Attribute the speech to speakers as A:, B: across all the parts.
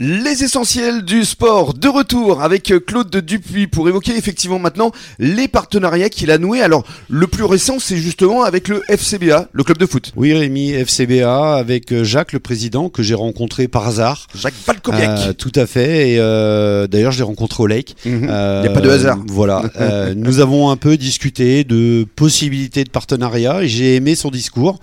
A: Les essentiels du sport de retour avec euh, Claude Dupuis pour évoquer effectivement maintenant les partenariats qu'il a noués. Alors le plus récent c'est justement avec le FCBA, le club de foot.
B: Oui Rémi, FCBA avec euh, Jacques le président que j'ai rencontré par hasard.
A: Jacques Valkoviak.
B: Euh, tout à fait. Et euh, d'ailleurs, je l'ai rencontré au Lake.
A: Mhm.
B: Euh,
A: Il y a pas de hasard.
B: Voilà. Euh, nous avons un peu discuté de possibilités de partenariat. et J'ai aimé son discours.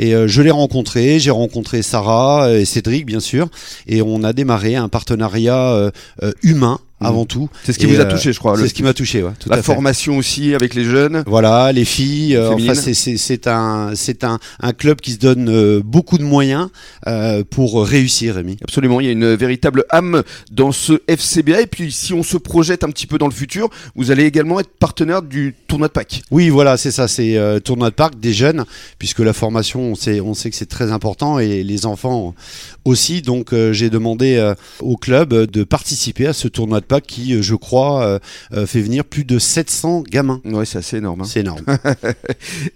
B: Et euh, je l'ai rencontré. J'ai rencontré Sarah euh, et Cédric, bien sûr. Et on a démarré un partenariat euh, euh, humain avant tout.
A: C'est ce qui
B: Et,
A: vous a
B: euh,
A: touché je crois. Mmh. Oh, le-
B: C'est ce qui m'a touché. Ouais, tout à
A: la
B: fait.
A: formation aussi avec les jeunes.
B: Voilà, les filles. euh,
A: Féminine.
B: enfin, c'est- c'est c'est un c'est un un club qui se donne euh, beaucoup de moyens euh, pour réussir, Rémi.
A: Absolument, il y a une véritable âme dans ce FCBA. Et puis si on se projette un petit peu dans le futur, vous allez également être partenaire du tournoi de Pâques.
B: Oui, voilà, c'est ça, c'est euh, tournoi de parc des jeunes, puisque la formation, on sait, on sait que c'est très important et les enfants aussi. Donc, euh, j'ai demandé euh, au club euh, de participer à ce tournoi de parc qui, euh, je crois, euh, euh, fait venir plus de 700 gamins.
A: Ouais, c'est assez énorme. hein.
B: C'est énorme.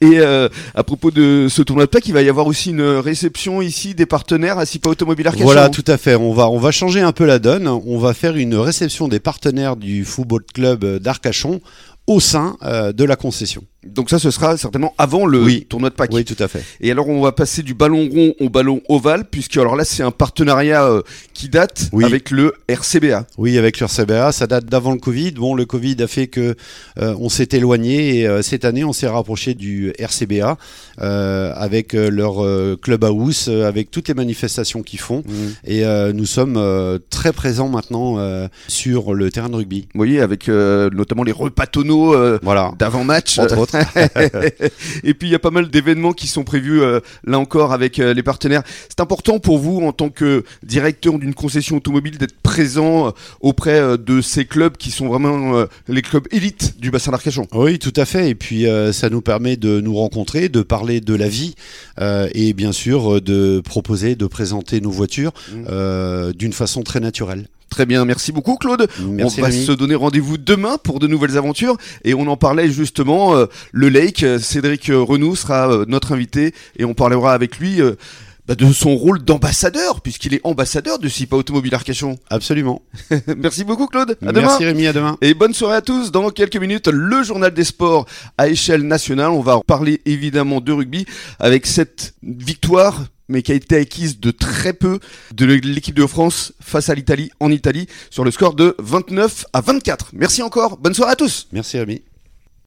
A: Et euh, à propos de ce tournoi de Pâques, il va y avoir aussi une réception ici des partenaires à SIPA Automobile Arcachon.
B: Voilà, tout à fait. On va, on va changer un peu la donne. On va faire une réception des partenaires du football club euh, d'Arcachon au sein euh, de la concession.
A: Donc ça, ce sera certainement avant le
B: Oui.
A: tournoi de Pâques.
B: Oui, tout à fait.
A: Et alors, on va passer du ballon rond au ballon ovale, puisque alors là, c'est un partenariat euh, qui date
B: Oui.
A: avec le RCBA.
B: Oui, avec leur CBA, ça date d'avant le Covid. Bon, le Covid a fait que euh, on s'est éloigné et euh, cette année, on s'est rapproché du RCBA euh, avec euh, leur euh, clubhouse, euh, avec toutes les manifestations qu'ils font.
A: Vous
B: Et euh, nous sommes euh, très présents maintenant euh, sur le terrain de rugby.
A: voyez, avec euh, notamment les repas tonneaux euh,
B: Voilà.
A: d'avant-match. Euh,
B: Entre autres.
A: Et puis, il y a pas mal d'événements qui sont prévus, euh, là encore, avec euh, les partenaires. C'est important pour vous, en tant que directeur d'une concession automobile, d'être présent euh, auprès euh, de ces clubs qui sont vraiment euh, les clubs élites du bassin d'Arcachon.
B: Oui, tout à fait. Et puis, euh, ça nous permet de nous rencontrer, de parler de la vie euh, et bien sûr euh, de proposer, de présenter nos voitures
A: Mm.
B: euh, d'une façon très naturelle.
A: Très bien, merci beaucoup, Claude.
B: Merci,
A: on va
B: Rémi.
A: se donner rendez-vous demain pour de nouvelles aventures et on en parlait justement euh, le Lake euh, Cédric euh, Renou sera euh, notre invité et on parlera avec lui euh, bah, de son rôle d'ambassadeur puisqu'il est ambassadeur de SIPA Automobile Arcachon.
B: Absolument.
A: Merci beaucoup Claude, à demain.
B: Merci Rémi, à demain.
A: Et bonne soirée à tous. Dans quelques minutes, le journal des sports à échelle nationale. On va parler évidemment de rugby avec cette victoire, mais qui a été acquise de très peu, de l'équipe de France face à l'Italie en Italie sur le score de 29 à 24. Merci encore. Bonne soirée à tous.
B: Merci Rémi.